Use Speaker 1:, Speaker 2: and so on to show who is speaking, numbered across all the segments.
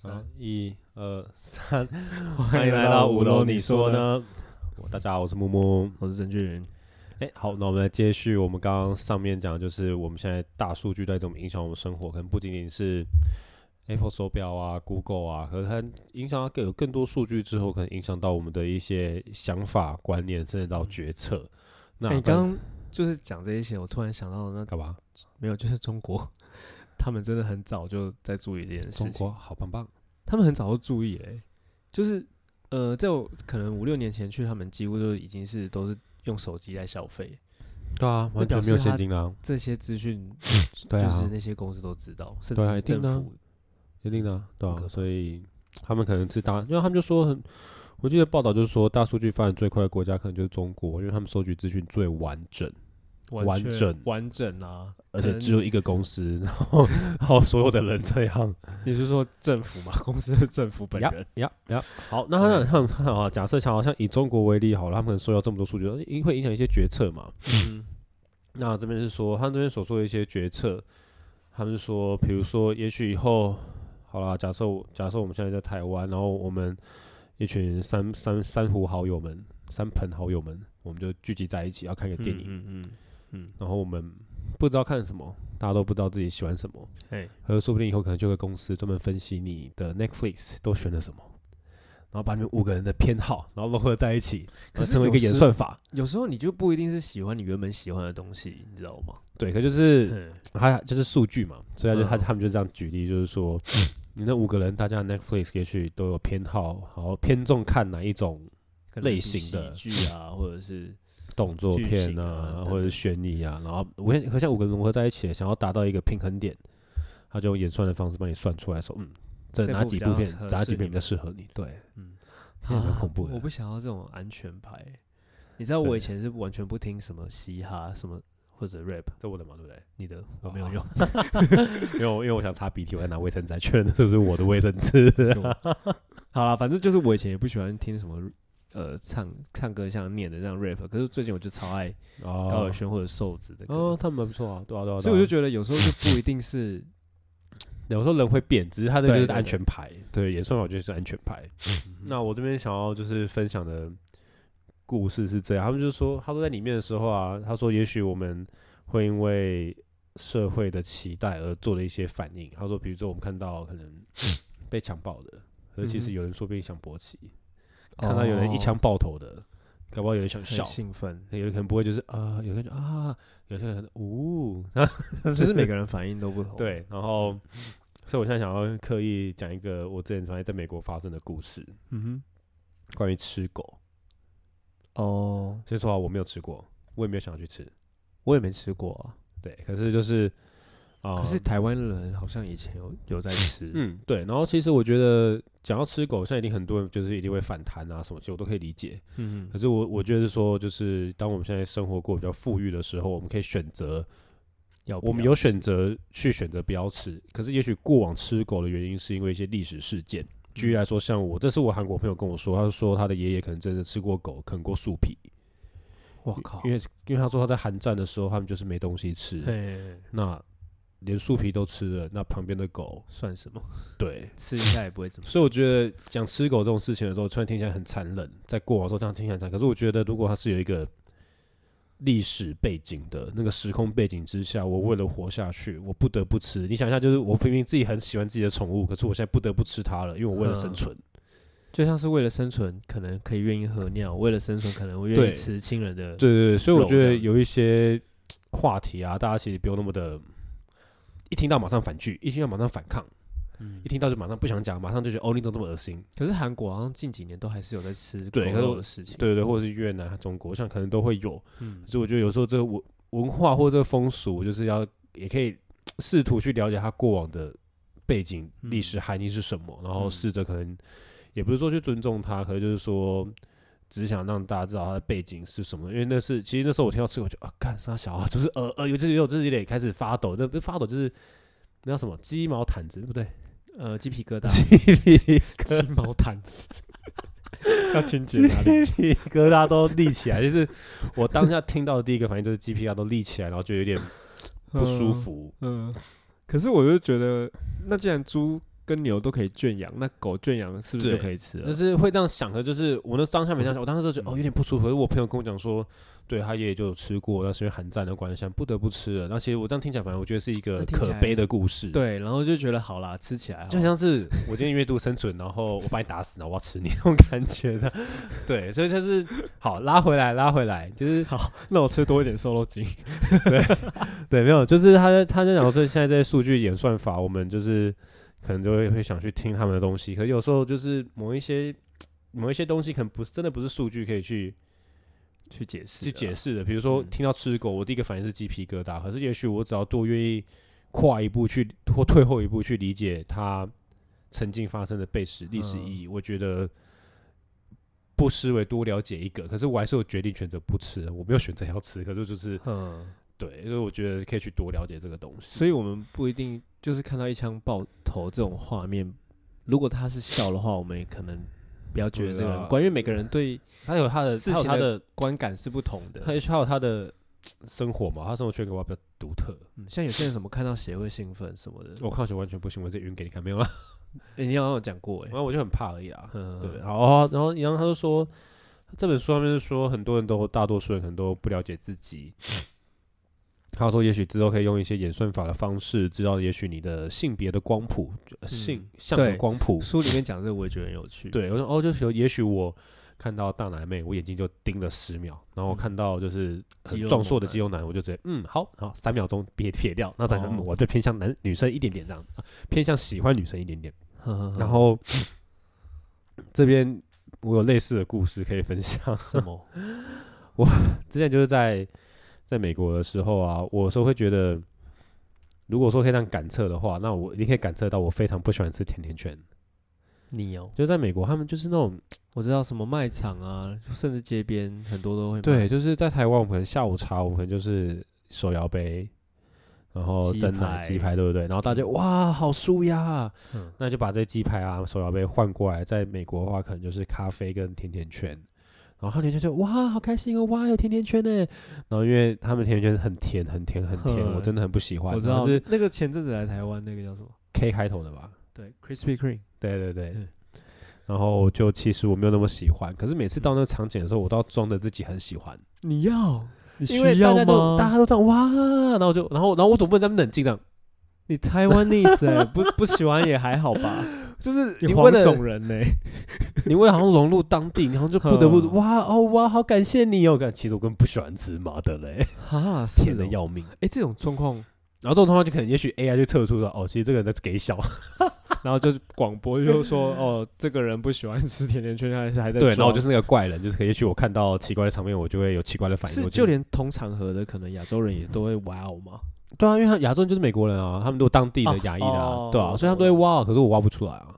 Speaker 1: 好，一二三，嗯 欢迎来到五楼。你说呢？我大家好，我是木木。
Speaker 2: 我是郑俊云。
Speaker 1: 哎，好，那我们来接续我们刚刚上面讲，就是我们现在大数据在怎么影响我们生活，可能不仅仅是 Apple 手表啊、Google 啊，可是它影响到更有更多数据之后，可能影响到我们的一些想法、观念，甚至到决策。那
Speaker 2: 哎，你刚刚就是讲这一些，我突然想到，那
Speaker 1: 干嘛？
Speaker 2: 没有，就是中国， 他们真的很早就在注意这件事
Speaker 1: 中
Speaker 2: 情，
Speaker 1: 国好棒棒，
Speaker 2: 他们很早就注意了、欸就是呃，在我可能五六年前去，他们几乎都已经是都是用手机来消费，
Speaker 1: 对啊，
Speaker 2: 那
Speaker 1: 完全
Speaker 2: 表
Speaker 1: 没
Speaker 2: 示
Speaker 1: 有
Speaker 2: 它
Speaker 1: 现金啦、
Speaker 2: 这些资讯
Speaker 1: 对
Speaker 2: 就
Speaker 1: 啊
Speaker 2: 是那些公司都知道，甚至
Speaker 1: 对啊
Speaker 2: 是
Speaker 1: 一定
Speaker 2: 政
Speaker 1: 的啊
Speaker 2: 府
Speaker 1: 一定的啊、对
Speaker 2: 很可
Speaker 1: 啊，
Speaker 2: 怕
Speaker 1: 所以他们可能是大，因为他们就说很，我记得报道就是说，大数据发展最快的国家可能就是中国，因为他们收集资讯最完整，
Speaker 2: 完全
Speaker 1: 啊完整
Speaker 2: 完整啊，
Speaker 1: 而
Speaker 2: 可
Speaker 1: 且
Speaker 2: 能
Speaker 1: 只有一个公司，然后然后所有的人这样。
Speaker 2: 你是说政府嘛，公司的政府本
Speaker 1: 呀
Speaker 2: 人，
Speaker 1: 呀呀！好，那他
Speaker 2: 对
Speaker 1: 他们他们啊，假设像好像以中国为例好了，他们可能收到这么多数据，因会影响一些决策嘛。
Speaker 2: 嗯
Speaker 1: 那这边是说，他们这边所说的一些决策，他们是说，比如说，也许以后，好啦，假设我假设我们现在在台湾，然后我们一群三三三湖好友们、三朋好友们，我们就聚集在一起要看个电影，
Speaker 2: 嗯嗯嗯，
Speaker 1: 然后我们不知道看什么，大家都不知道自己喜欢什么，
Speaker 2: 哎、
Speaker 1: 和说不定以后可能就会公司专门分析你的 Netflix 都选了什么。然后把你们五个人的偏好，然后融合在一起，
Speaker 2: 可是
Speaker 1: 成为一个
Speaker 2: 有
Speaker 1: 演
Speaker 2: 时
Speaker 1: 算法。
Speaker 2: 有时候你就不一定是喜欢你原本喜欢的东西，你知道吗？
Speaker 1: 对，可就是
Speaker 2: 嗯，
Speaker 1: 他就是数据嘛，所以他就他
Speaker 2: 嗯
Speaker 1: 他们就这样举例，就是说， 你那五个人，大家 Netflix 也许都有偏好，然后偏重看哪一种
Speaker 2: 可能
Speaker 1: 类
Speaker 2: 是
Speaker 1: 型的
Speaker 2: 喜剧啊，或 者是
Speaker 1: 动作
Speaker 2: 剧
Speaker 1: 片
Speaker 2: 情啊
Speaker 1: 啊，
Speaker 2: 等
Speaker 1: 或者是
Speaker 2: 等
Speaker 1: 悬疑啊，然后我和像五个人融合在一起，想要达到一个平衡点，他就用演算的方式帮你算出来说，嗯，这
Speaker 2: 这
Speaker 1: 哪
Speaker 2: 部
Speaker 1: 几
Speaker 2: 比
Speaker 1: 部
Speaker 2: 较
Speaker 1: 片
Speaker 2: 合
Speaker 1: 哪
Speaker 2: 适
Speaker 1: 几
Speaker 2: 你
Speaker 1: 片比较
Speaker 2: 们
Speaker 1: 适合你？对，
Speaker 2: 嗯，
Speaker 1: 现在蛮恐怖的
Speaker 2: 我不想要这种安全牌。你知道我
Speaker 1: 对
Speaker 2: 以前是完全不听什么嘻哈什么或者 rap，
Speaker 1: 这我的嘛，对不对？
Speaker 2: 你的我没有 用，
Speaker 1: 因为我因为我想擦鼻涕，我在拿卫生纸来确认这是我的卫生纸。
Speaker 2: 是我好啦，反正就是我以前也不喜欢听什么呃唱唱歌像念的这样 rap，可是最近我就超爱 高
Speaker 1: 哦
Speaker 2: 尔，宣或者瘦子的歌，
Speaker 1: 哦，他们蛮不错啊，对啊对啊，
Speaker 2: 所以我就
Speaker 1: 得
Speaker 2: 觉得有时候就不一 定是
Speaker 1: 有时候人会变，只是他这
Speaker 2: 对
Speaker 1: 就是
Speaker 2: 对
Speaker 1: 安
Speaker 2: 对嗯
Speaker 1: 全牌，对，演算法我觉得是安全牌。那我这边想要就是分享的故事是这样，他们就说，他说在里面的时候啊，他说也许我们会因为社会的期待而做了一些反应。他说，比如说我们看到可 能被强暴的，而其
Speaker 2: 嗯
Speaker 1: 实
Speaker 2: 哼
Speaker 1: 有人说不定想勃起，看到有人一枪
Speaker 2: 哦
Speaker 1: 爆头的，搞不好有人想笑
Speaker 2: 很。兴奋，
Speaker 1: 有人可能不会，就是啊、呃有些人就啊，有些人可能呜，
Speaker 2: 只是每个人反应都不同，
Speaker 1: 对，然
Speaker 2: 嗯
Speaker 1: 后， 所以我现在想要刻意讲一个我之前常在在美国发生的故事，
Speaker 2: 嗯
Speaker 1: 关于吃狗。
Speaker 2: 哼，哦，
Speaker 1: 先说好，我没有吃过，我也没有想要去吃。
Speaker 2: 我也没吃过啊，
Speaker 1: 对，可是就是啊，
Speaker 2: 可是台湾人好像以前有有在吃，
Speaker 1: 嗯，对。然后其实我觉得讲到吃狗，现在一定很多人就是一定会反弹啊什么，其实我都可以理解。
Speaker 2: 嗯
Speaker 1: 可是我我觉得是说，就是当我们现在生活过比较富裕的时候，我们可以选择，
Speaker 2: 要不
Speaker 1: 我们
Speaker 2: 要
Speaker 1: 有
Speaker 2: 吃
Speaker 1: 选择去选择不要吃。可是也许过往吃狗的原因是因为一些历史事件。举
Speaker 2: 嗯
Speaker 1: 例来说，像我，这是我韩国朋友跟我说，他说他的爷爷可能真的吃过狗，啃过树皮，
Speaker 2: 我靠，
Speaker 1: 因为因为他说他在韩战的时候，他们就是没东西吃，
Speaker 2: 哦嘿
Speaker 1: 那连树皮都吃了，那旁边的狗，
Speaker 2: 算什么？
Speaker 1: 对，
Speaker 2: 吃一下也不会怎么样。
Speaker 1: 所以我觉得讲吃狗这种事情的时候，虽然听起来很残忍，在过往的时候这样听起来很残忍，可是我觉得如果它是有一个历史背景的那个时空背景之下，我为了活下去，我不得不吃。你想一下，就是我明明自己很喜欢自己的宠物，可是我现在不得不吃它了，因为我为了生
Speaker 2: 嗯
Speaker 1: 存。
Speaker 2: 就像是为了生存，可能可以愿意喝尿；为了生存，可能我愿
Speaker 1: 对
Speaker 2: 意吃亲人的。
Speaker 1: 对对对，所以我
Speaker 2: 肉
Speaker 1: 觉
Speaker 2: 这
Speaker 1: 得
Speaker 2: 样
Speaker 1: 有一些话题啊，大家其实不用那么的，一听到马上反拒，一听到马上反抗，
Speaker 2: 嗯
Speaker 1: 一听到就马上不想讲，马上就觉得哦，你怎么这么恶心？
Speaker 2: 可是韩国好像近几年都还是有在吃狗
Speaker 1: 对可是
Speaker 2: 肉
Speaker 1: 我
Speaker 2: 的事情。，
Speaker 1: 对对对，或者是越南、啊中国，像可能都会有。
Speaker 2: 嗯，
Speaker 1: 所以我觉得有时候这个文文化或这个风俗，就是要也可以试图去了解它过往的背景、
Speaker 2: 嗯
Speaker 1: 历史含义是什么，然后
Speaker 2: 嗯
Speaker 1: 试着可能也不是说去尊重它，可能就是说只想让大家知道它的背景是什么。因为那是其实那时候我听到吃，我就啊干啥小啊，就是呃呃，有就是有就是有点开始发抖，这不是发抖就是。那叫什么鸡毛毯子，对不对？
Speaker 2: 呃，鸡皮疙瘩、
Speaker 1: 鸡皮
Speaker 2: 鸡毛毯子，要清洁哪里？
Speaker 1: 鸡 皮疙瘩都立起来，就是我当下听到的第一个反应就是鸡皮疙瘩都立起来，然后就有点不舒服。
Speaker 2: 嗯。嗯，可是我就觉得，那既然猪跟牛都可以圈养，那狗圈养是不是
Speaker 1: 对
Speaker 2: 就可以吃了？
Speaker 1: 但是会这样想的，就是我那当下没这样想，我当时就觉得
Speaker 2: 嗯
Speaker 1: 哦有点不舒服。可是我朋友跟我讲说，对他爷爷就有吃过，那是因为寒战的关系，现在不得不吃了。那其实我这样听起来，反正我觉得是一个
Speaker 2: 那听起
Speaker 1: 可
Speaker 2: 来
Speaker 1: 悲的故事。，
Speaker 2: 对，然后就觉得好啦，吃起来好哦
Speaker 1: 就像是我今天阅读生存，然后我把你打死，然后我要吃你 那种感觉的。对，所以就是好拉回来，拉回来，就是
Speaker 2: 好，那我吃多一点瘦肉精。
Speaker 1: 对，没有，就是他在他在讲说，现在这些数据演算法，我们就是可能就会会想去听他们的东西，可有时候就是某一些某一些东西，可能不是真的不是数据可以去
Speaker 2: 去解释，
Speaker 1: 去解。释的。比如说
Speaker 2: 嗯
Speaker 1: 听到吃狗，我第一个反应是鸡皮疙瘩，可是也许我只要多愿意跨一步去或退后一步去理解它曾经发生的背史历史意义，我觉得。不失为多了解一个，可是我还是有决定选择不吃，我没有选择要吃，可是就是
Speaker 2: 嗯，
Speaker 1: 对，所以我觉得可以去多了解这个东西。
Speaker 2: 所以我们不一定就是看到一枪爆头这种画面，如果他是笑的话，我们也可能不要觉得这个
Speaker 1: 对啊
Speaker 2: 人怪，因为每个人对
Speaker 1: 他有他的，
Speaker 2: 事
Speaker 1: 他有
Speaker 2: 情
Speaker 1: 他
Speaker 2: 的
Speaker 1: 的，
Speaker 2: 观感是不同的。
Speaker 1: 他他有他的生活嘛，他生活圈格外比较独特。
Speaker 2: 嗯，像有些人什么看到血会兴奋什么的，
Speaker 1: 我看起来完全不行，我直接晕给你看，没有 啦。
Speaker 2: 诶你好像有讲过哎
Speaker 1: 然。后我就很怕而已啊。
Speaker 2: 嗯，
Speaker 1: 对，然后然后然后他就说，这本书上面是说，很多人都大多数人可能都不了解自己。他说，也许之后可以用一些演算法的方式，知道也许你的性别的光谱、呃性
Speaker 2: 嗯
Speaker 1: 向的
Speaker 2: 对
Speaker 1: 光谱。
Speaker 2: 书里面讲这个我也觉得很有趣。，
Speaker 1: 对，我说哦，就是有也许我看到大奶妹，我眼睛就盯了十秒，然后我看到就是
Speaker 2: 嗯肌
Speaker 1: 很
Speaker 2: 肉
Speaker 1: 壮
Speaker 2: 猛
Speaker 1: 硕的
Speaker 2: 男
Speaker 1: 肌肉男，我就直接嗯，好好，三秒钟撇撇掉，那咱可能
Speaker 2: 哦
Speaker 1: 我就偏向男女生一点点这样，啊偏向喜欢女生一点点。然
Speaker 2: 然
Speaker 1: 后 这边我有类似的故事可以分享，
Speaker 2: 什么？
Speaker 1: 之前就是在在美国的时候啊，我有时候会觉得，如果说可以这样感测的话，那我一定可以感测到我非常不喜欢吃甜甜圈。
Speaker 2: 你哦，
Speaker 1: 就在美国，他们就是那种
Speaker 2: 我知道什么卖场啊，甚至街边很多都会卖
Speaker 1: 对，就是在台湾，我们可能下午茶，我们可能就是手摇杯，然后
Speaker 2: 鸡
Speaker 1: 蒸奶、
Speaker 2: 排
Speaker 1: 鸡排，对不对？然后大家就哇，好舒压啊，
Speaker 2: 嗯
Speaker 1: 那就把这鸡排啊、手摇杯换过来。在美国的话，可能就是咖啡跟甜甜圈。然后他们就就哇，好开心哦！哇，有甜甜圈呢。然后因为他们甜甜圈很甜，很甜，很甜，
Speaker 2: 呵
Speaker 1: 我真的很不喜欢。
Speaker 2: 嗯我知
Speaker 1: 然
Speaker 2: 道
Speaker 1: 后是
Speaker 2: 那个前阵子来台湾那个叫什么？
Speaker 1: K 开头的吧？
Speaker 2: 对，Krispy Kreme。
Speaker 1: 对对对
Speaker 2: 嗯。
Speaker 1: 然后就其实我没有那么喜欢，可是每次到那个场景的时候，我都要装着自己很喜欢。
Speaker 2: 你要？你
Speaker 1: 因为
Speaker 2: 需
Speaker 1: 大
Speaker 2: 要
Speaker 1: 家都
Speaker 2: 吗？
Speaker 1: 大家都这样哇，然后就然后然后我总不能在那边冷静这样，
Speaker 2: 你台湾 n e s 不 不喜欢也还好 吧？
Speaker 1: 就是
Speaker 2: 你
Speaker 1: 你
Speaker 2: 黄
Speaker 1: 为了
Speaker 2: 种人呢、欸
Speaker 1: 你为了好像融入当地，然后就不得不
Speaker 2: 哼
Speaker 1: 哇哦哇，好感谢你哦，感其实我根本不喜欢吃麻的嘞，
Speaker 2: 哈，是
Speaker 1: 甜的
Speaker 2: 哦
Speaker 1: 要命。
Speaker 2: 哎、这种状 况，
Speaker 1: 然后这种情况就可能也许 AI 就测出了哦，其实这个人在给小，
Speaker 2: 然后就是广播就说 哦，这个人不喜欢吃甜甜圈，还是还 在
Speaker 1: 对，然后我
Speaker 2: 装
Speaker 1: 就是那个怪人，就是可也许我看到奇怪的场面，我就会有奇怪的反应。
Speaker 2: 是
Speaker 1: 我
Speaker 2: 就连同场合的可能亚洲人也都会哇哦嘛，
Speaker 1: 对啊，因为他亚洲人就是美国人啊，他们都有当地的
Speaker 2: 哦
Speaker 1: 亚裔的啊
Speaker 2: 哦，
Speaker 1: 对啊，所以他们都会哇哦，可是我挖不出来啊。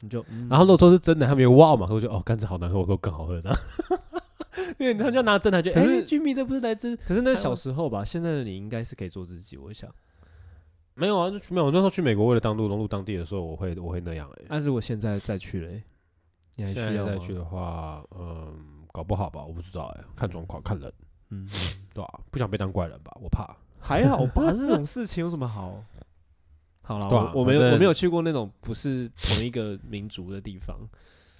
Speaker 2: 你就、嗯
Speaker 1: 然后如果说是真的，他们也哇哦嘛，可我就哦，甘蔗好难喝，我说更好喝的。 因为他们就拿真的，觉得
Speaker 2: 可是
Speaker 1: 哎，Jimmy 这不是来自
Speaker 2: 可是
Speaker 1: 台
Speaker 2: 那
Speaker 1: 湾
Speaker 2: 小时候吧，现在的你应该是可以做自己，我想。
Speaker 1: 没有啊？就没有，那时候去美国为了当路融入当地的时候，我会我会那样哎、
Speaker 2: 那、如果现在再去嘞，你还
Speaker 1: 现
Speaker 2: 需
Speaker 1: 在
Speaker 2: 要
Speaker 1: 再
Speaker 2: 吗
Speaker 1: 去？哦的话，嗯，搞不好吧，我不知道哎、看状况看人，
Speaker 2: 嗯，
Speaker 1: 对吧、不想被当怪人吧，我怕。
Speaker 2: 还好 吧，这种事情有什么好？好了，
Speaker 1: 对啊
Speaker 2: 我我没有
Speaker 1: 反正
Speaker 2: 我没有去过那种不是同一个民族的 地方，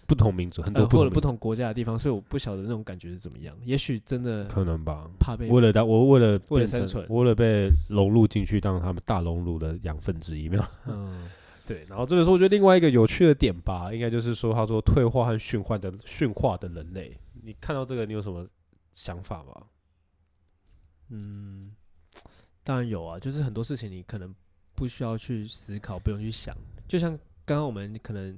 Speaker 1: 不同民族很多
Speaker 2: 呃，
Speaker 1: 不同
Speaker 2: 或者
Speaker 1: 民
Speaker 2: 不
Speaker 1: 族、
Speaker 2: 同国家的地方，所以我不晓得那种感觉是怎么样。也许真的
Speaker 1: 可能吧。
Speaker 2: 怕被
Speaker 1: 为了当我为了
Speaker 2: 为
Speaker 1: 变
Speaker 2: 了
Speaker 1: 成
Speaker 2: 生存
Speaker 1: 我为了被融入进去，当他们大熔炉的养分之一，没有
Speaker 2: 嗯，
Speaker 1: 对，然后这本书我觉得另外一个有趣的点吧，应该就是说，他说退化和驯化的驯化的人类，你看到这个，你有什么想法吗？
Speaker 2: 嗯，当然有啊，就是很多事情你可能不需要去思考，不用去想。就像刚刚我们可能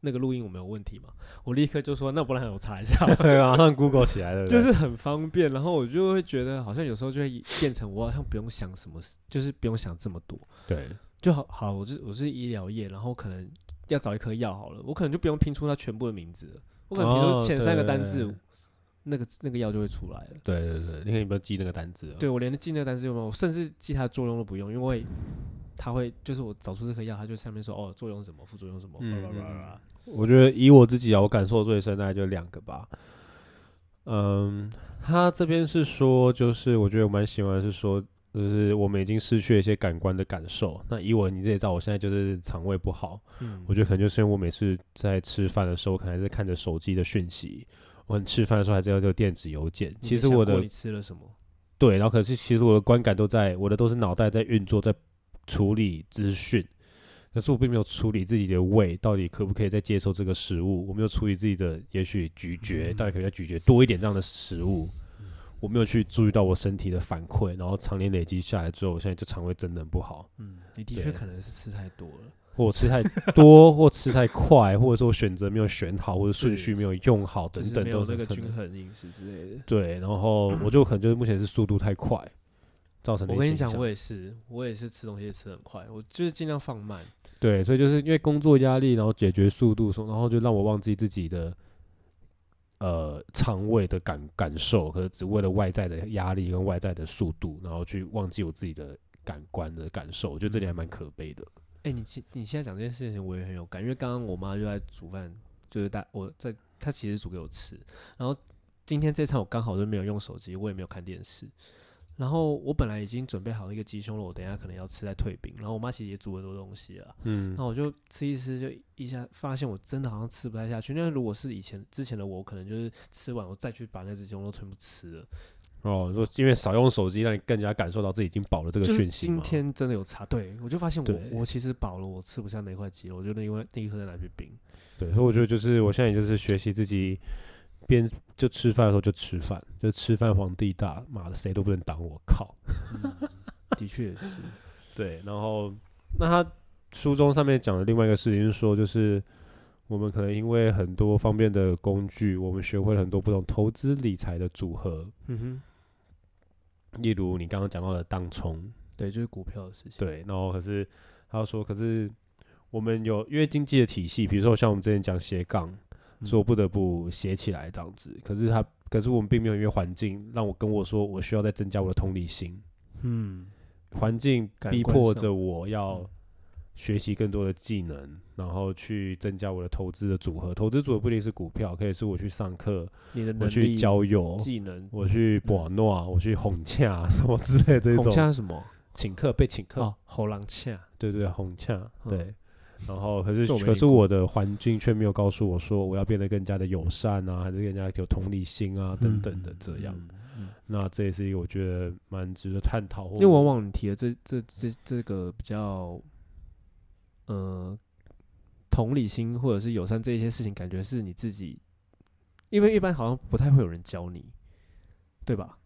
Speaker 2: 那个录音我们有问题嘛，我立刻就说那不然我查一下吧，
Speaker 1: 对啊，马上 Google 起来了，对
Speaker 2: 就
Speaker 1: 不对
Speaker 2: 是 很方便。然后我就会觉得好像有时候就会变成我好像不用想什么事，就是不用想这么多，
Speaker 1: 对，
Speaker 2: 就好好。我是我是医疗业，然后可能要找一颗药好了，我可能就不用拼出它全部的名字了，我可能拼
Speaker 1: 哦
Speaker 2: 出前三个单字，
Speaker 1: 对哦
Speaker 2: 那个那个药就会出来了。
Speaker 1: 对对对，你看有没有记那个单字？啊
Speaker 2: 对，我连记那个单词都没有，我甚至记它的作用都不用，因为它会就是我找出这颗药，它就上面说哦作用什么，副作用什么，
Speaker 1: 嗯
Speaker 2: 叭叭叭
Speaker 1: 嗯
Speaker 2: 叭
Speaker 1: 我觉得以我自己啊，我感受最深大概就两个吧。嗯，他这边是说，就是我觉得我蛮喜欢的是说，就是我们已经失去了一些感官的感受。那以我你自己也知道，我现在就是肠胃不好，
Speaker 2: 嗯
Speaker 1: 我觉得可能就是因为我每次在吃饭的时候，我可能还是看着手机的讯息。我很吃饭的时候还是要这个电子邮件。
Speaker 2: 你
Speaker 1: 其
Speaker 2: 没
Speaker 1: 实
Speaker 2: 想
Speaker 1: 我
Speaker 2: 过
Speaker 1: 的
Speaker 2: 你吃了什么？
Speaker 1: 对，然后可是其实我的观感都在我的都是脑袋在运作，在处理资讯，可是我并没有处理自己的胃到底可不可以再接受这个食物，我没有处理自己的也许咀嚼到底可不可以再咀嚼多一点这样的食物，我没有去注意到我身体的反馈，然后常年累积下来之后，我现在就肠胃真的很不好，
Speaker 2: 嗯，你的
Speaker 1: 对
Speaker 2: 确可能是吃太多了。
Speaker 1: 或我吃太多，或吃太快，或者说我选择没有选好，或者顺
Speaker 2: 是
Speaker 1: 序没有用好，等
Speaker 2: 就是
Speaker 1: 等
Speaker 2: 没
Speaker 1: 都
Speaker 2: 有
Speaker 1: 是
Speaker 2: 那个
Speaker 1: 可
Speaker 2: 均
Speaker 1: 能
Speaker 2: 衡饮食之类的。
Speaker 1: 对，然后我就可能就是目前是速度太快。造成的
Speaker 2: 我
Speaker 1: 一
Speaker 2: 跟
Speaker 1: 些
Speaker 2: 你
Speaker 1: 影
Speaker 2: 讲，
Speaker 1: 响
Speaker 2: 我也是，我也是吃东西吃很快，我就是尽量放慢。
Speaker 1: 对，所以就是因为工作压力，然后解决速度，然后就让我忘记自己的呃肠胃的感感受，可是只为了外在的压力跟外在的速度，然后去忘记我自己的感官的感受。我觉得这点还蛮可悲的。
Speaker 2: 哎、你现你现在讲这件事情，我也很有感，因为刚刚我妈就在煮饭，就是大我在她其实煮给我吃，然后今天这餐我刚好就没有用手机，我也没有看电视，然后我本来已经准备好一个鸡胸肉，我等一下可能要吃再退冰，然后我妈其实也煮很多东西了，
Speaker 1: 嗯
Speaker 2: 那我就吃一吃，就一下发现我真的好像吃不太下去。那如果是以前之前的我，我可能就是吃完我再去把那只鸡胸肉全部吃了。
Speaker 1: 哦，你说因为少用手机，让你更加感受到自己已经饱了这个
Speaker 2: 就是
Speaker 1: 讯息
Speaker 2: 今
Speaker 1: 嘛。
Speaker 2: 天真的有差，对我就发现我
Speaker 1: 对
Speaker 2: 我其实饱了，我吃不下那块鸡肉，我就那一块那一颗再拿去冰。
Speaker 1: 对，所以我觉得就是我现在也就是学习自己边就吃饭的时候就吃饭，就吃饭皇帝大，妈的谁都不能挡我，靠！
Speaker 2: 的确 也是，
Speaker 1: 对，然后那他书中上面讲的另外一个事情是说，就是我们可能因为很多方面的工具，我们学会了很多不同投资理财的组合，
Speaker 2: 嗯哼，
Speaker 1: 例如你刚刚讲到的当冲，
Speaker 2: 对，就是股票的事情。，
Speaker 1: 对，然后可是他又说，可是我们有因为经济的体系，比如说像我们之前讲斜杠，
Speaker 2: 嗯
Speaker 1: 所以我不得不写起来这样子，可是他。可是我们并没有因为环境让我跟我说，我需要再增加我的同理心。
Speaker 2: 嗯，
Speaker 1: 环境
Speaker 2: 感
Speaker 1: 逼
Speaker 2: 官
Speaker 1: 迫
Speaker 2: 上
Speaker 1: 着我要
Speaker 2: 嗯
Speaker 1: 学习更多的技能，然后去增加我的投资的组合。投资组合不一定是股票，可以是我去上课，
Speaker 2: 你的能
Speaker 1: 我去
Speaker 2: 力、
Speaker 1: 交友，
Speaker 2: 技能，
Speaker 1: 我去博诺，我去哄洽 什么之类的这
Speaker 2: 哄
Speaker 1: 种
Speaker 2: 恰是什么？
Speaker 1: 请客被请客，
Speaker 2: 哦，喉狼恰。
Speaker 1: 对对哄洽
Speaker 2: 嗯
Speaker 1: 对。然后可是
Speaker 2: 这我没
Speaker 1: 可
Speaker 2: 听
Speaker 1: 是
Speaker 2: 过
Speaker 1: 我的环境却没有告诉我说我要变得更加的友善啊，还是更加有同理心啊等等的这样。
Speaker 2: 嗯，嗯
Speaker 1: 那这也是一个我觉得蛮值得探讨或，
Speaker 2: 因为往往你提的这这这这个比较，呃，同理心或者是友善这一些事情，感觉是你自己，因为一般好像不太会有人教你，对吧？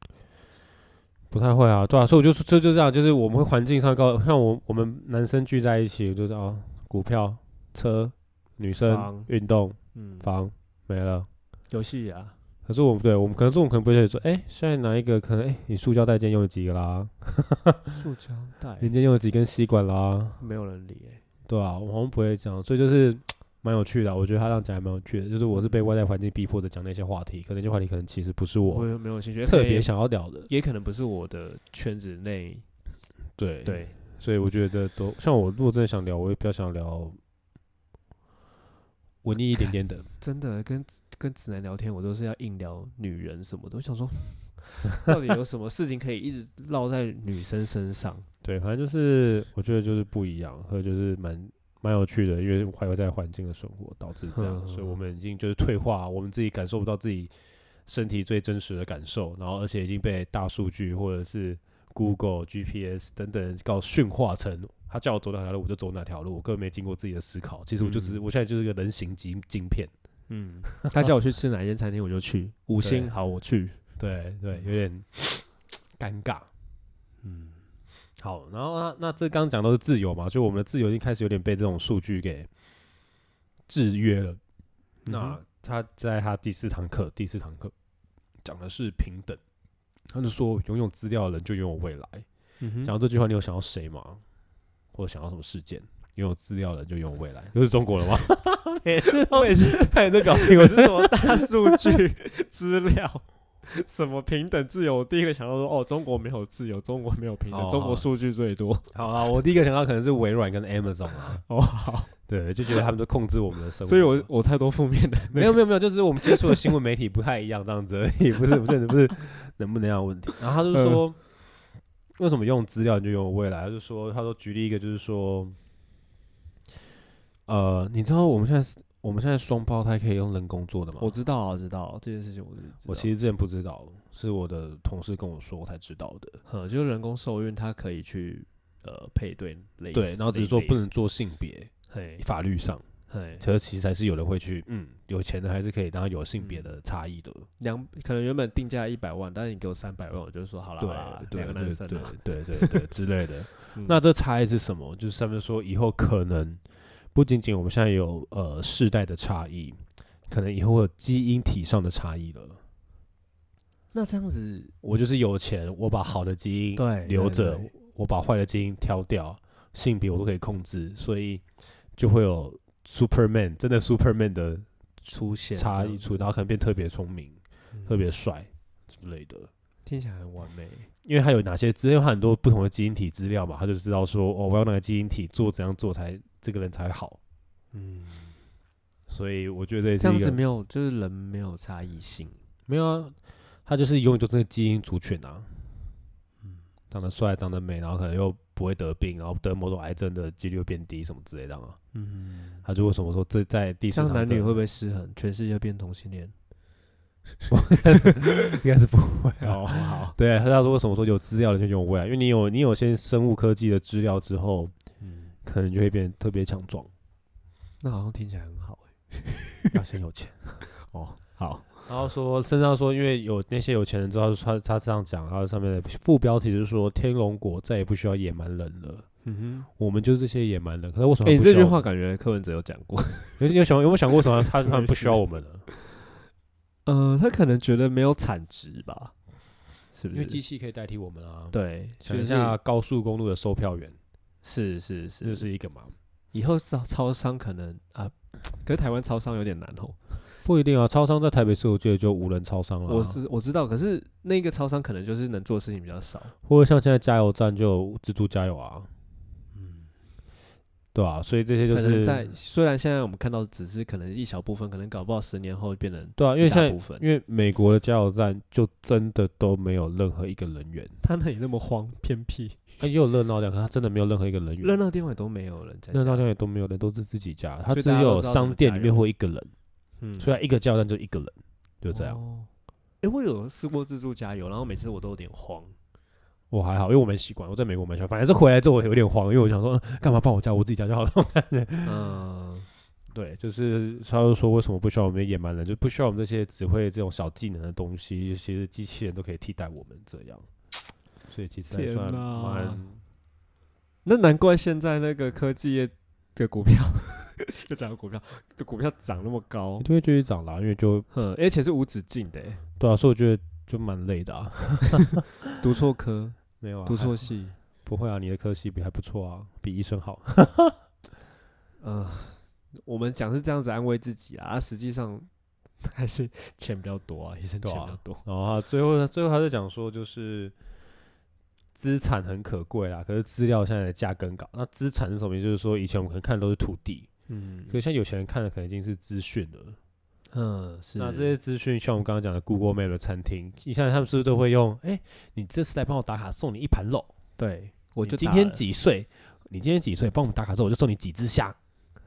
Speaker 1: 不太会啊，对啊，所以我就说这就这样，就是我们会环境上高，像我我们男生聚在一起，就是啊，股票、车、女生
Speaker 2: 房、
Speaker 1: 运动、
Speaker 2: 嗯，
Speaker 1: 房没了。
Speaker 2: 游戏啊，
Speaker 1: 可是我们对我们可能这种可能不会说，哎、现在哪一个可能哎、你塑胶袋今天用了几个啦？
Speaker 2: 塑胶袋
Speaker 1: 你今天用了几根吸管啦？
Speaker 2: 没有人理、欸，
Speaker 1: 对啊，我好像不会讲，所以就是嘖蛮有趣的啊、我觉得他这样讲还蛮有趣的，就是我是被外在环境逼迫着讲那些话题，可能那些话题可能其实不是
Speaker 2: 我
Speaker 1: 我
Speaker 2: 也没有兴趣，
Speaker 1: 特
Speaker 2: 可能也
Speaker 1: 别，想要聊的。
Speaker 2: 也可能不是我的圈子内，
Speaker 1: 对，
Speaker 2: 对，
Speaker 1: 所以我觉得都像我，如果真的想聊，我也比较想聊文艺一点点的。
Speaker 2: 真的跟跟直男聊天，我都是要硬聊女人什么的，我想说， 到底有什么事情可以一直绕在女生身上？
Speaker 1: 对，反正就是我觉得就是不一样，和就是蛮蛮有趣的，因为还有在环境的生活导致这样，
Speaker 2: 哼
Speaker 1: 所以我们已经就是退化，我们自己感受不到自己身体最真实的感受，然后而且已经被大数据或者是 Google、GPS 等等告驯化成。他叫我走哪条路，我就走哪条路，我根本没经过自己的思考。其实我就只是，
Speaker 2: 嗯
Speaker 1: 我现在就是个人形晶晶片。
Speaker 2: 嗯，他叫我去吃哪一间餐厅，我 就去。五星好，我去。
Speaker 1: 对对，有点 尴尬。
Speaker 2: 嗯，
Speaker 1: 好，然后那那这刚刚讲都是自由嘛，就我们的自由已经开始有点被这种数据给制约了。那他在他第四堂课，第四堂课讲的是平等，他就说拥有资料的人就拥有未来。
Speaker 2: 嗯
Speaker 1: 讲到这句话，你有想到谁吗？或者想到什么事件？拥有资料的人就拥有未来，又是中国人 吗？
Speaker 2: 每次 都每次
Speaker 1: 看你这表情，我
Speaker 2: 是什么大数据资料， 什么平等自由，我第一个想到说哦，中国没有自由，中国没有平等，
Speaker 1: 哦
Speaker 2: 中国数据最多。
Speaker 1: 好啊，我第一个想到可能是微软跟 Amazon 啊，
Speaker 2: 哦，好，
Speaker 1: 对，就觉得他们都控制我们的生活，
Speaker 2: 所以我我太多负面的那
Speaker 1: 没有没有没有，就是我们接触的新闻媒
Speaker 2: 嗯
Speaker 1: 体不太一样，这样子而已，不是不是不是能不能样的问题。然后他就说，为什么用资料你就用未来？他就说，他说举例一个就是说，呃，你知道我们现在是我们现在双胞胎可以用人工做的吗？
Speaker 2: 我知道啊，知道这件事情我是知道，
Speaker 1: 我其实之前不知道，是我的同事跟我说我才知道的。
Speaker 2: 哼，就是人工受孕，它可以去呃配对类似，
Speaker 1: 对，然后只是说不能做性别，
Speaker 2: 嘿
Speaker 1: 法律上，
Speaker 2: 嘿
Speaker 1: 可是其实还是有人会去，嗯，有钱的还是可以，然后有性别的差异的，
Speaker 2: 两可能原本定价一百万，但是你给我三百万，我就说好了，好啦
Speaker 1: 对
Speaker 2: 两
Speaker 1: 对
Speaker 2: 个男
Speaker 1: 对
Speaker 2: 生
Speaker 1: 对
Speaker 2: 啊，
Speaker 1: 对对对之类的。
Speaker 2: 嗯
Speaker 1: 那这差异是什么？就是上面说以后可能不仅仅我们现在有呃世代的差异，可能以后会有基因体上的差异了。
Speaker 2: 那这样子
Speaker 1: 我就是有钱，我把好的基因
Speaker 2: 对
Speaker 1: 留
Speaker 2: 对
Speaker 1: 着
Speaker 2: 对，
Speaker 1: 我把坏的基因挑掉，性别我都可以控制，所以就会有 Superman 真的 Superman 的
Speaker 2: 出现
Speaker 1: 差异
Speaker 2: 这样子
Speaker 1: 出，然后可能变特别聪明、
Speaker 2: 嗯
Speaker 1: 特别帅之类的。
Speaker 2: 听起来很完美，
Speaker 1: 因为它有哪些资料，它很多不同的基因体资料嘛，他就知道说，哦，我要哪个基因体做怎样做才这个人才好。
Speaker 2: 嗯，
Speaker 1: 所以我觉得这
Speaker 2: 这样
Speaker 1: 也是
Speaker 2: 子
Speaker 1: 一个
Speaker 2: 没有就是人没有差异性，
Speaker 1: 没有啊，他就是永远都是那个基因族群啊，
Speaker 2: 嗯
Speaker 1: 长得帅，长得美，然后可能又不会得病，然后得某种癌症的几率又变低什么之类的啊。
Speaker 2: 嗯，
Speaker 1: 他就为什么说这在地
Speaker 2: 这
Speaker 1: 球
Speaker 2: 样
Speaker 1: 上
Speaker 2: 男女
Speaker 1: 的
Speaker 2: 会不会失衡？全世界变同 性恋？
Speaker 1: 应该是不会啊。
Speaker 2: 哦，好，
Speaker 1: 对，他要说为什么说有资料的就用未来，因为你有你有些生物科技的资料之后，
Speaker 2: 嗯，
Speaker 1: 可能就会变得特别强壮，
Speaker 2: 那好像听起来很好哎，
Speaker 1: 要先有钱。
Speaker 2: 哦，好，
Speaker 1: 然后说，甚至要说，因为有那些有钱人之后，他他这样讲，然后上面的副标题就是说，天龙国再也不需要野蛮人了，
Speaker 2: 嗯哼。
Speaker 1: 我们就是这些野蛮人。可是为什么？
Speaker 2: 哎、你这句话，感觉柯文哲有讲过，
Speaker 1: 有有想有没有想过为什么他
Speaker 2: 真的是
Speaker 1: 他们不需要我们了？
Speaker 2: 呃，他可能觉得没有产值吧，是不
Speaker 1: 因为机
Speaker 2: 是？
Speaker 1: 器可以代替我们啊。，
Speaker 2: 对，
Speaker 1: 想
Speaker 2: 就
Speaker 1: 一
Speaker 2: 是
Speaker 1: 下高速公路的售票员，
Speaker 2: 是是，
Speaker 1: 这就是是一个嘛，
Speaker 2: 以后超超商可能啊，可是台湾超商有点难哦。
Speaker 1: 不一定啊。超商在台北市，我记得就无人超商了啊。
Speaker 2: 我是我知道，可是那个超商可能就是能做的事情比较少。
Speaker 1: 或者像现在加油站就有自助加油啊，
Speaker 2: 嗯，
Speaker 1: 对吧、所以这些就
Speaker 2: 可能
Speaker 1: 是
Speaker 2: 在虽然现在我们看到只是可能一小部分，可能搞不好十年后变成
Speaker 1: 对啊，因为
Speaker 2: 一
Speaker 1: 现
Speaker 2: 大
Speaker 1: 在
Speaker 2: 部分。
Speaker 1: 因为美国的加油站就真的都没有任何一个人员。
Speaker 2: 他那里那么荒偏僻，
Speaker 1: 他也有热闹量，可他真的没有任何一个人员，
Speaker 2: 热闹店也都没有人在家。
Speaker 1: 热闹量也都没有人，都是自己家，他
Speaker 2: 所以
Speaker 1: 只
Speaker 2: 大家都
Speaker 1: 有
Speaker 2: 知道怎
Speaker 1: 商
Speaker 2: 么
Speaker 1: 店
Speaker 2: 加
Speaker 1: 里面
Speaker 2: 油
Speaker 1: 会一个人，
Speaker 2: 嗯
Speaker 1: 所以他一个加油站就一个人，就这样。
Speaker 2: 哦。哎、我有试过自助加油，然后每次我都有点 慌。
Speaker 1: 我还好，因为我蛮习惯，我在美国蛮习惯，反正是回来之后我有点慌，因为我想说呃干嘛放我家，我自己家就好了。
Speaker 2: 嗯，
Speaker 1: 对，就是他就说为什么不需要我们野蛮人，就不需要我们这些只会这种小技能的东西，其实机器人都可以替代我们这样。所以其实还
Speaker 2: 天
Speaker 1: 算
Speaker 2: 哪
Speaker 1: 蛮
Speaker 2: 那难怪现在那个科技业的股票，就讲到股票，这股票涨那么高
Speaker 1: 你，就会继续涨啦，因为就
Speaker 2: 哼，而且是无止境的欸，
Speaker 1: 对啊，所以我觉得就蛮累的啊。
Speaker 2: 读错科，
Speaker 1: 没有啊，
Speaker 2: 读
Speaker 1: 还
Speaker 2: 错系，
Speaker 1: 不会啊，你的科系比还不错啊，比医生 好。
Speaker 2: 呃，我们讲是这样子安慰自己啦，啊、实际上 还是钱比较多啊，医生
Speaker 1: 对
Speaker 2: 钱
Speaker 1: 啊
Speaker 2: 比较多，
Speaker 1: 然后他最后最后他就讲说，就是资产很可贵啦，可是资料现在的价更高。那资产是什么意思？就是说以前我们可能看的都是土地，
Speaker 2: 嗯
Speaker 1: 可是现在有钱人看的可能已经是资讯了。
Speaker 2: 嗯，是
Speaker 1: 那这些资讯，像我们刚刚讲的 Google Map 的餐厅，你想想他们是不是都会用？哎、你这次来帮我打卡，送你一盘肉。
Speaker 2: 对，我
Speaker 1: 你
Speaker 2: 就
Speaker 1: 今
Speaker 2: 打
Speaker 1: 天
Speaker 2: 了
Speaker 1: 几岁？你今天几岁？帮我们打卡之后，我就送你几只虾。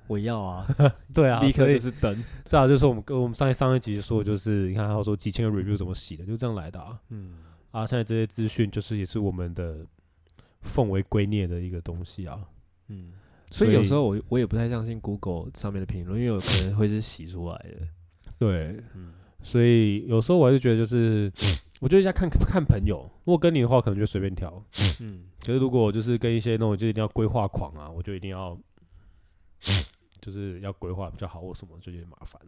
Speaker 2: 我 要啊，
Speaker 1: 对啊，
Speaker 2: 立刻
Speaker 1: 所以
Speaker 2: 就是等，
Speaker 1: 这啊，就是我们跟我们上一上一集说，就是你看他说几千个 review 怎么洗的，就这样来的啊。
Speaker 2: 嗯，
Speaker 1: 啊，现在这些资讯就是也是我们的奉为圭臬的一个东西啊。
Speaker 2: 嗯，所
Speaker 1: 所
Speaker 2: 以
Speaker 1: 以
Speaker 2: 有时候我我也不太相信 Google 上面的评论，因为有可能会是洗出来的，
Speaker 1: 对，
Speaker 2: 嗯
Speaker 1: 所以有时候我还是觉得 就是，我觉得要看看朋友，如果跟你的话，可能就随便挑；
Speaker 2: 嗯，
Speaker 1: 可是如果就是跟一些那种就一定要规划狂啊，我就一定要。就是要规划比较好或什么，就有点麻烦。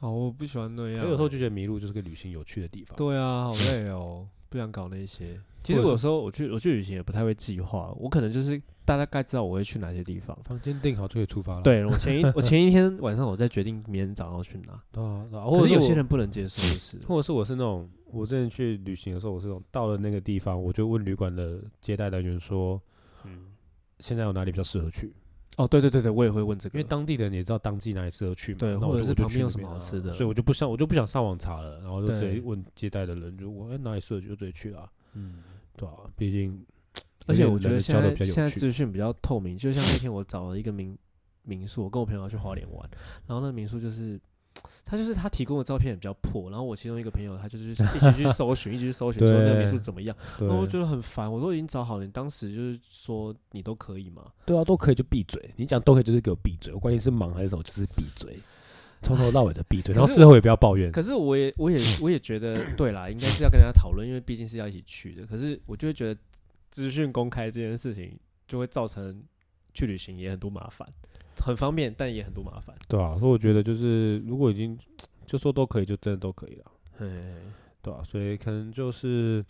Speaker 2: 哦，我不喜欢那
Speaker 1: 可
Speaker 2: 样，
Speaker 1: 有时候就觉得迷路就是个旅行有趣的地方。
Speaker 2: 对啊，好累哦，不想搞那些。其实
Speaker 1: 或者是
Speaker 2: 我有时候我去我去旅行也不太会计划，我可能就是大大概知道我会去哪些地方。
Speaker 1: 房间订好就可以出发了。
Speaker 2: 对我前一我前一天晚上我再决定明天早上要去哪，
Speaker 1: 对啊，对啊 或
Speaker 2: 可
Speaker 1: 者
Speaker 2: 是有些
Speaker 1: 我
Speaker 2: 人不能接受的是，
Speaker 1: 或者是我是那种，我之前去旅行的时候，我是那种到了那个地方，我就问旅馆的接待人员说，
Speaker 2: 嗯，
Speaker 1: 现在有哪里比较适合去？
Speaker 2: 哦，对对对对，我也会问这
Speaker 1: 因
Speaker 2: 个，
Speaker 1: 为当地的人也知道当季哪里适合去嘛，
Speaker 2: 对
Speaker 1: 那我
Speaker 2: 或者
Speaker 1: 就是我就
Speaker 2: 旁
Speaker 1: 去
Speaker 2: 边有
Speaker 1: 那
Speaker 2: 什么好
Speaker 1: 啊
Speaker 2: 吃的
Speaker 1: 所以我就不想，我就不想上网查了，然后就直
Speaker 2: 对
Speaker 1: 接问接待的人，就我哎、哪里适合去就直接去了，
Speaker 2: 嗯，
Speaker 1: 对吧、毕竟
Speaker 2: 而且我觉
Speaker 1: 人
Speaker 2: 得
Speaker 1: 的
Speaker 2: 现
Speaker 1: 交流
Speaker 2: 在
Speaker 1: 比较有
Speaker 2: 现在
Speaker 1: 趣
Speaker 2: 资讯比较透明，就像那天我找了一个民民宿，我跟我朋友要去花莲玩，然后那个民宿就是。他就是他提供的照片也比较破，然后我其中一个朋友他就是去一直去搜寻，一直去搜寻说那个民宿
Speaker 1: 对
Speaker 2: 怎么样，
Speaker 1: 对
Speaker 2: 然后我觉得很烦，我都已经找好了，你当时就是说你都可以嘛，
Speaker 1: 对啊，都可以就闭嘴。你讲都可以就是给我闭嘴，我管你是忙还是什么，就是闭嘴，从头到尾的闭嘴。
Speaker 2: 可
Speaker 1: 然后
Speaker 2: 是
Speaker 1: 事后也不要抱怨。
Speaker 2: 可是我也我也我也觉得对啦，应该是要跟人家讨论，因为毕竟是要一起去的，可是我就会觉得资讯公开这件事情就会造成去旅行也很多麻烦，很方便但也很多麻烦，
Speaker 1: 对啊，所以我觉得就是如果已经就说都可以，就真的都可以了，
Speaker 2: 嘿嘿嘿
Speaker 1: 对啊，所以可能就是，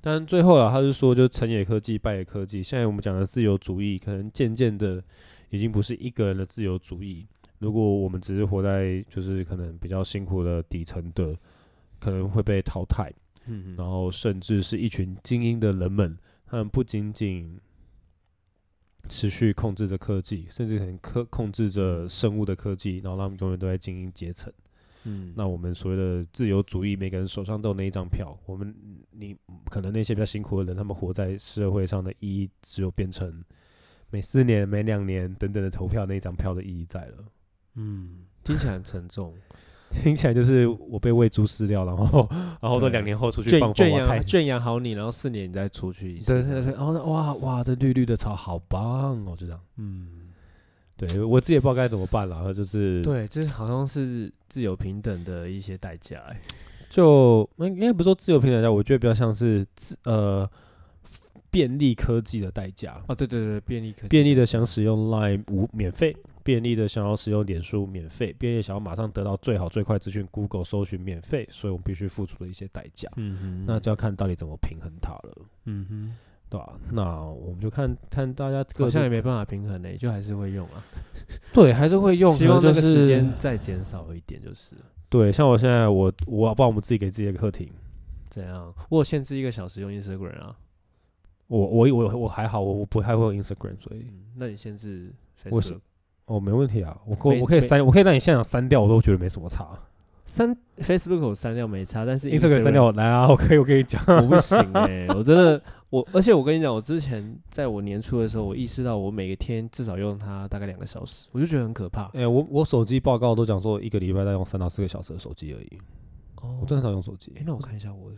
Speaker 1: 但最后啊，他是说就成也科技，败也科技。现在我们讲的自由主义，可能渐渐的已经不是一个人的自由主义。如果我们只是活在就是可能比较辛苦的底层的，可能会被淘汰。
Speaker 2: 嗯
Speaker 1: 然后甚至是一群精英的人们，他们不仅仅持续控制着科技，甚至可能科控制着生物的科技，然后让他们永远都在精英阶层。
Speaker 2: 嗯
Speaker 1: 那我们所谓的自由主义，每个人手上都有那一张票，我们你可能那些比较辛苦的人，他们活在社会上的意义，只有变成每四年、每两年等等的投票那一张票的意义在了。
Speaker 2: 嗯，听起来很沉 重，
Speaker 1: 听起来就是我被喂猪饲料，然后然后到两年后出去
Speaker 2: 圈
Speaker 1: 放
Speaker 2: 圈
Speaker 1: 风我
Speaker 2: 养
Speaker 1: 派
Speaker 2: 圈养好你，然后四年你再出去一次，
Speaker 1: 对对对，然后呢，哇哇，这绿绿的草好棒哦，就这样。
Speaker 2: 嗯，
Speaker 1: 对我自己也不知道该怎么办了，然后就是，
Speaker 2: 对，这好像是自由平等的一些代价、欸，
Speaker 1: 就应该不是说自由平等价，我觉得比较像是自呃便利科技的代价，
Speaker 2: 哦，对对对，便利可
Speaker 1: 便利的想使用 Line 无免费，便利的想要使用脸书免费，便利地想要马上得到最好最快资讯，Google 搜寻免费，所以我们必须付出的一些代价，
Speaker 2: 嗯哼，
Speaker 1: 那就要看到底怎么平衡它了，
Speaker 2: 嗯哼。
Speaker 1: 对吧、那我们就看看大家各
Speaker 2: 好
Speaker 1: 自
Speaker 2: 像也没办法平衡嘞、欸就还是会用 啊。
Speaker 1: 对，还是会用，
Speaker 2: 希望
Speaker 1: 可
Speaker 2: 那
Speaker 1: 能
Speaker 2: 个
Speaker 1: 就
Speaker 2: 时
Speaker 1: 是
Speaker 2: 间再减少一点，就是了
Speaker 1: 对，像我现在我我帮我们自己给自己的课题，
Speaker 2: 怎样？我有限制一个小时用 Instagram 啊，
Speaker 1: 我我我我还好，我我不太会用 Instagram，所以
Speaker 2: 嗯，那你限制
Speaker 1: 我是
Speaker 2: Facebook
Speaker 1: 哦没问题啊，我可以
Speaker 2: 没
Speaker 1: 我可以
Speaker 2: 没
Speaker 1: 删，我可以让你现场删掉，我都觉得没什么差。
Speaker 2: 删 Facebook 我删掉没差，但是
Speaker 1: Instagram 删掉我来啊，我可以我跟你讲，
Speaker 2: 我不行哎、我真的我，而且我跟你讲，我之前在我年初的时候，我意识到我每个天至少用它大概两个小时，我就觉得很可怕。
Speaker 1: 哎、我我手机报告都讲说一个礼拜在用三到四个小时的手机而已，
Speaker 2: 哦
Speaker 1: 我真的很少用手机
Speaker 2: 哎、。那我看一下我的，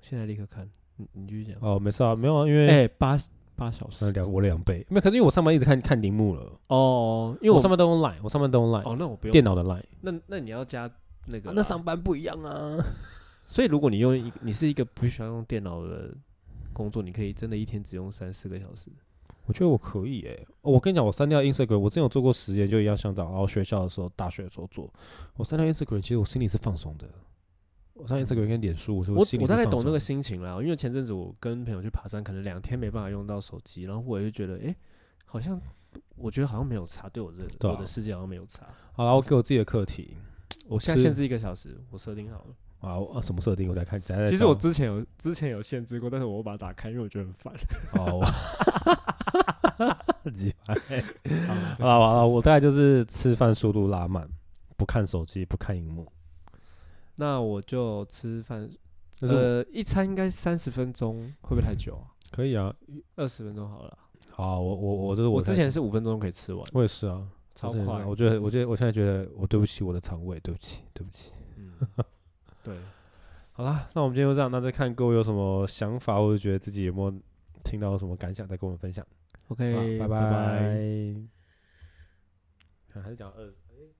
Speaker 2: 现在立刻看，你你继续讲。
Speaker 1: 哦，没事啊，没有啊，因为
Speaker 2: 哎、八八小时
Speaker 1: 呃两、我两倍，没有，可是因为我上班一直看看荧幕了，
Speaker 2: 哦，因为
Speaker 1: 我
Speaker 2: 我
Speaker 1: 上班都用 Line，我上班都用 Line，、
Speaker 2: 哦，那我不用
Speaker 1: 电脑的 Line，、
Speaker 2: 那那你要加那个、
Speaker 1: 啊那上，班不一样啊。
Speaker 2: 所以如果你用一你是一个不需要用电脑的工作，你可以真的一天只用三四个小时。
Speaker 1: 我觉得我可以诶、哦我跟你讲，我删掉 Instagram，我之前有做过实验，就一样像这样，然后学校的时候、大学的时候做，我删掉 Instagram，其实我心里是放松的。我删 Instagram 跟脸书，我是
Speaker 2: 我
Speaker 1: 心里
Speaker 2: 我
Speaker 1: 是
Speaker 2: 大概
Speaker 1: 放
Speaker 2: 懂那
Speaker 1: 松
Speaker 2: 个
Speaker 1: 的
Speaker 2: 心情啦，因为前阵子我跟朋友去爬山，可能两天没办法用到手机，然后我也就觉得，哎、好像我觉得好像没有差，对我这、
Speaker 1: 对啊
Speaker 2: 我的世界好像没有差。
Speaker 1: 好了，我给我自己的课题，我
Speaker 2: 我现
Speaker 1: 是
Speaker 2: 在限制一个小时，我设定好了。
Speaker 1: 啊我啊什么设定？我再看。再来
Speaker 2: 其实我
Speaker 1: 找
Speaker 2: 之前有之前有限制过，但是我把它打开，因为我觉得很烦。
Speaker 1: 哦，我几百
Speaker 2: 好
Speaker 1: 好了好了，我大概就是吃饭速度拉慢，不看手机，不看荧幕。
Speaker 2: 那我就吃饭，
Speaker 1: 但是我、
Speaker 2: 呃，一餐应该三十分钟，会不会太久啊？
Speaker 1: 可以啊，
Speaker 2: 二十分钟好了。
Speaker 1: 好，我我我这是
Speaker 2: 我
Speaker 1: 才
Speaker 2: 之前是五分钟可以吃完，
Speaker 1: 我也是啊，
Speaker 2: 超
Speaker 1: 我之前
Speaker 2: 快。
Speaker 1: 我觉得我觉得我现在觉得我对不起我的肠胃，对不起对不起。
Speaker 2: 嗯， 对，
Speaker 1: 好啦，那我们今天就这样，那再看各位有什么想法，或者觉得自己有没有听到什么感想，再跟我们分享。好
Speaker 2: OK，
Speaker 1: 拜
Speaker 2: 哎拜。
Speaker 1: 啊还是讲二十，诶